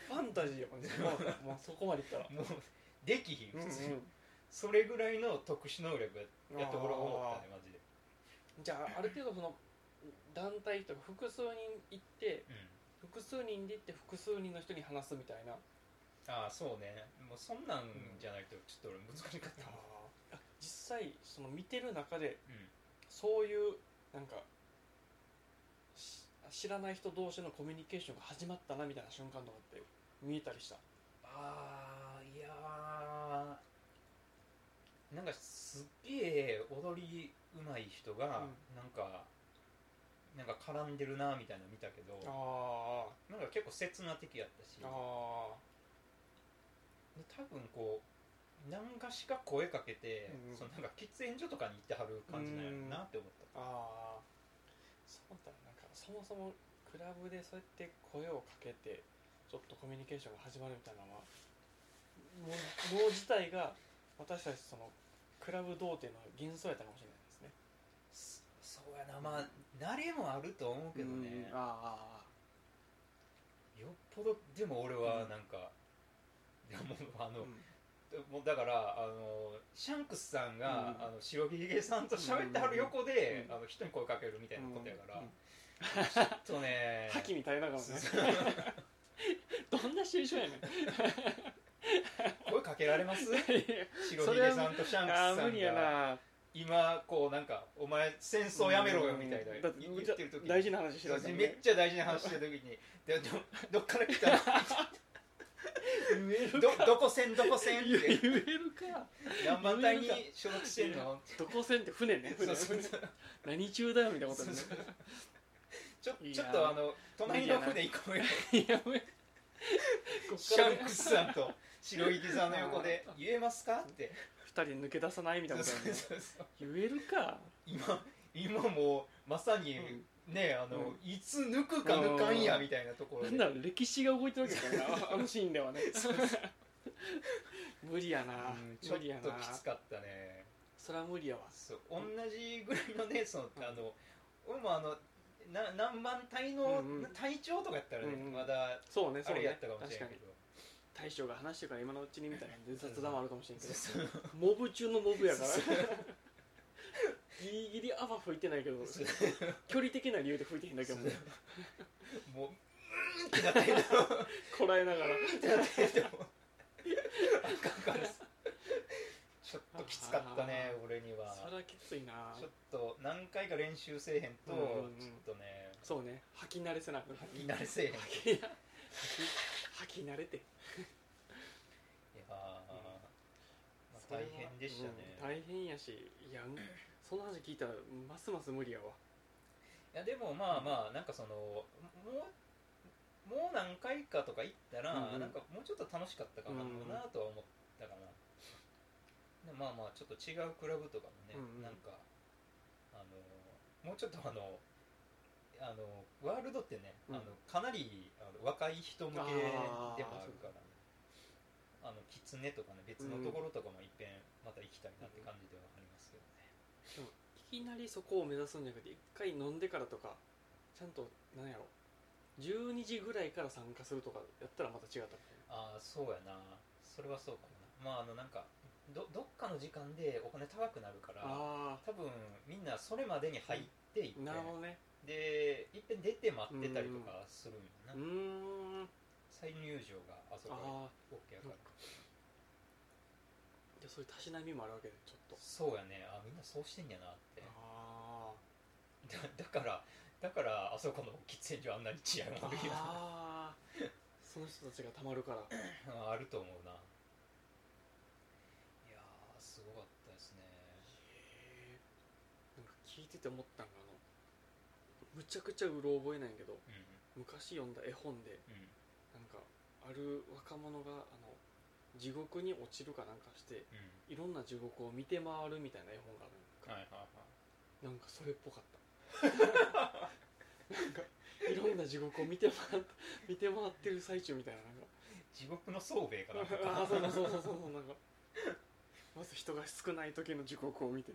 Speaker 2: ファンタジーやもんねもうそこまでいったら
Speaker 1: もうできひん普通にそれぐらいの特殊能力ややっと俺は思ったねマジで。
Speaker 2: じゃあある程度その団体とか複数人行って
Speaker 1: うん
Speaker 2: 複数人で行って複数人の人に話すみたいな
Speaker 1: ああそうねもうそんなんじゃないとちょっと俺難しかったもん
Speaker 2: あ実際その見てる中で
Speaker 1: うん
Speaker 2: そういうなんかし知らない人同士のコミュニケーションが始まったなみたいな瞬間とかって見えたりした
Speaker 1: ああいやーなんかすっげえ踊りうまい人が
Speaker 2: う
Speaker 1: なんか、なんか絡んでるなみたいなの見たけど
Speaker 2: あ
Speaker 1: なんか結構刹那的やったし
Speaker 2: あ
Speaker 1: で多分こう何かしか声かけて、
Speaker 2: うん
Speaker 1: そのなんか喫煙所とかに行ってはる感じなんやろうなって思っ
Speaker 2: ああそうだなんかそもそもクラブでそうやって声をかけてちょっとコミュニケーションが始まるみたいなのはもう脳自体が私たちそのクラブ童貞の幻想やったかもしれないですね
Speaker 1: た、そそうやなまあ慣れもあると思うけどね、
Speaker 2: うんあ
Speaker 1: よっぽどでも俺は
Speaker 2: うん
Speaker 1: なんか、でもあ
Speaker 2: あ、
Speaker 1: の
Speaker 2: う、ん
Speaker 1: もうだからあのシャンクスさんが、
Speaker 2: うん
Speaker 1: あの白ひげさんと喋ってはる横で、
Speaker 2: うん
Speaker 1: あの人に声かけるみたいなことやから、
Speaker 2: うん
Speaker 1: ちょっとね
Speaker 2: 覇気みたいながらね
Speaker 1: <laughs>
Speaker 2: どんなシチュエーションやね
Speaker 1: <laughs>
Speaker 2: ん
Speaker 1: 声かけられます白
Speaker 2: そ
Speaker 1: ひ
Speaker 2: れ
Speaker 1: げ
Speaker 2: は
Speaker 1: さんとシャンク
Speaker 2: あ
Speaker 1: ス
Speaker 2: ー
Speaker 1: さ
Speaker 2: 無理
Speaker 1: ん
Speaker 2: や
Speaker 1: が
Speaker 2: な
Speaker 1: 今こうなんか「お前戦争やめろよ」みたいな
Speaker 2: うんだ
Speaker 1: 言
Speaker 2: って
Speaker 1: 言ってる時に
Speaker 2: 大事な話してた
Speaker 1: そう
Speaker 2: から
Speaker 1: めっ
Speaker 2: ね
Speaker 1: ちゃ大事な話してる時にでどどっから来たのどどこ線どこ線っ
Speaker 2: 言
Speaker 1: て
Speaker 2: え言えるか
Speaker 1: 何番隊に所属してんの
Speaker 2: どこ線って船ね
Speaker 1: そう
Speaker 2: 船
Speaker 1: そうそう
Speaker 2: 何中だよみたいなこと
Speaker 1: そう
Speaker 2: になる
Speaker 1: そうちょ
Speaker 2: いやー
Speaker 1: ちょっとあの隣の船行こうよ
Speaker 2: いやもうこっ
Speaker 1: シ
Speaker 2: から
Speaker 1: ャン
Speaker 2: ね
Speaker 1: クスさんと白いきさんの横で「言えますか?」って
Speaker 2: 二人抜け出さないみたいなことだよね
Speaker 1: そうそうそう
Speaker 2: 言えるか
Speaker 1: 今今もうまさにねあの、いつ抜くか抜かんやみたいなところ
Speaker 2: な
Speaker 1: で
Speaker 2: んだろう歴史が動いてるわけだからなあのシーンではね無理やな
Speaker 1: うんちょ
Speaker 2: 無
Speaker 1: っ
Speaker 2: 理やな
Speaker 1: ときつかったね
Speaker 2: それは無理やわ
Speaker 1: そう同じぐらいのねその、
Speaker 2: うん
Speaker 1: あの俺もあのな何番隊の
Speaker 2: うんうん
Speaker 1: 隊長とかやったらね、
Speaker 2: うんうん
Speaker 1: まだ
Speaker 2: そうね
Speaker 1: あ
Speaker 2: そう
Speaker 1: れや
Speaker 2: ね
Speaker 1: ったかもし
Speaker 2: 確
Speaker 1: れ
Speaker 2: か
Speaker 1: ない
Speaker 2: に
Speaker 1: けど、
Speaker 2: 大将が話してから今のうちにみたいなんで雑談もあるかもしれんけど
Speaker 1: そうそう
Speaker 2: モブ中のモブやから
Speaker 1: そう
Speaker 2: ギリギリ泡吹いてないけど
Speaker 1: そう
Speaker 2: 距離的な理由で吹いてへんだけども
Speaker 1: もう「うん」ってなってる
Speaker 2: こらえながら
Speaker 1: ってなってる <laughs> あかんからちょっときつかったね俺には
Speaker 2: それはきついな
Speaker 1: ちょっと何回か練習せえへんと、
Speaker 2: うんうんうん
Speaker 1: ちょっとね
Speaker 2: そうね吐き慣れせなく
Speaker 1: 吐き慣れせえへんい
Speaker 2: 吐き吐き慣れて
Speaker 1: やー、まあ、大変でしたね、
Speaker 2: うん大変やしいやその話聞いたらますます無理やわ
Speaker 1: いやでもまあまあなんかそのもうもう何回かとか行ったら、
Speaker 2: うんうん
Speaker 1: なんかもうちょっと楽しかったかな,、
Speaker 2: うんうん
Speaker 1: なとは思ったかなでまあまあちょっと違うクラブとかもね、
Speaker 2: うんうん
Speaker 1: なんかあのもうちょっとあのあのワールドってね、
Speaker 2: うん
Speaker 1: あのかなりあの若い人向けでもあるからあのキツネとかね別のところとかもいっぺんまた行きたいなって感じではありますけどね、
Speaker 2: いきなりそこを目指すんじゃなくて一回飲んでからとかちゃんとなんやろ12時ぐらいから参加するとかやったらまた違ったか
Speaker 1: ああそうやなそれはそうかもなまああのなんかどどっかの時間でお金高くなるから
Speaker 2: らあ
Speaker 1: 多分みんなそれまでに入っていって、
Speaker 2: あなるほどね
Speaker 1: でいっぺん出て待ってたりとかするんやな、
Speaker 2: うーん
Speaker 1: 再入場があそこ
Speaker 2: ああ
Speaker 1: OK やから
Speaker 2: じゃあそういうたしなみもあるわけでちょっと
Speaker 1: そうやねあみんなそうしてんやなって
Speaker 2: あ
Speaker 1: だだからだからあそこの喫煙所あんなに治安
Speaker 2: ー
Speaker 1: 悪いな
Speaker 2: あーその人たちがたまるから
Speaker 1: <laughs> あると思うないやーすごかったですね
Speaker 2: へえんか聞いてて思ったんがあのむちゃくちゃうろ覚えないんやけど
Speaker 1: う
Speaker 2: 昔読んだ絵本で
Speaker 1: んうん
Speaker 2: なんかある若者があの地獄に落ちるかなんかして
Speaker 1: う
Speaker 2: いろんな地獄を見て回るみたいな絵本がある
Speaker 1: ん
Speaker 2: の
Speaker 1: はいはいはい
Speaker 2: なんかそれっぽかったなんかいろんな地獄を見て回っ見て回ってる最中みたいななんか
Speaker 1: 地獄の宗兵衛かな
Speaker 2: <laughs> ああそうそうそうそうそうなんか <laughs> まず人が少ない時の地獄を <laughs> 見て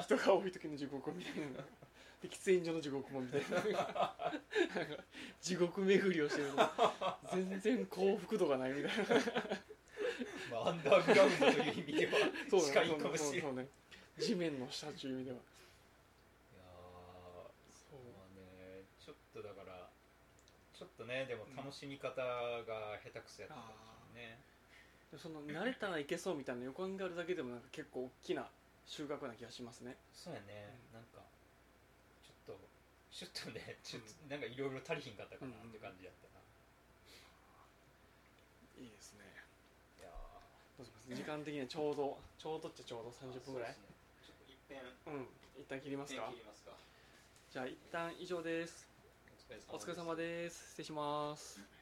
Speaker 2: 人が多い時の地獄を見てなんかで喫煙所の地獄も見 <laughs> てなんか地獄巡りをしてるの全然幸福度がないみたいな <laughs>
Speaker 1: まあ、アンダーグラウンドという意味では
Speaker 2: そう
Speaker 1: 近い
Speaker 2: ね
Speaker 1: かもしれないいやー
Speaker 2: そうね地面の下という意味では
Speaker 1: そうねちょっとだからちょっとねでも楽しみ方が下手くそやったかもしれんね、
Speaker 2: でその慣れたらいけそうみたいな予感があるだけでもなんか結構大きな収穫な気がしますね
Speaker 1: そうやねなんかちょっとちょっとねちょっとなんかいろいろ足りひんかったかなって感じやったな、
Speaker 2: いいですね
Speaker 1: いや
Speaker 2: どうします時間的にはちょうどちょうどっちゃちょうど
Speaker 1: ー
Speaker 2: 30分ぐらい
Speaker 1: そうですねちょっと一遍
Speaker 2: うん一旦切りますか
Speaker 1: 切りますか
Speaker 2: じゃあ一旦以上です
Speaker 1: お疲れ様です
Speaker 2: お疲れ様です失礼します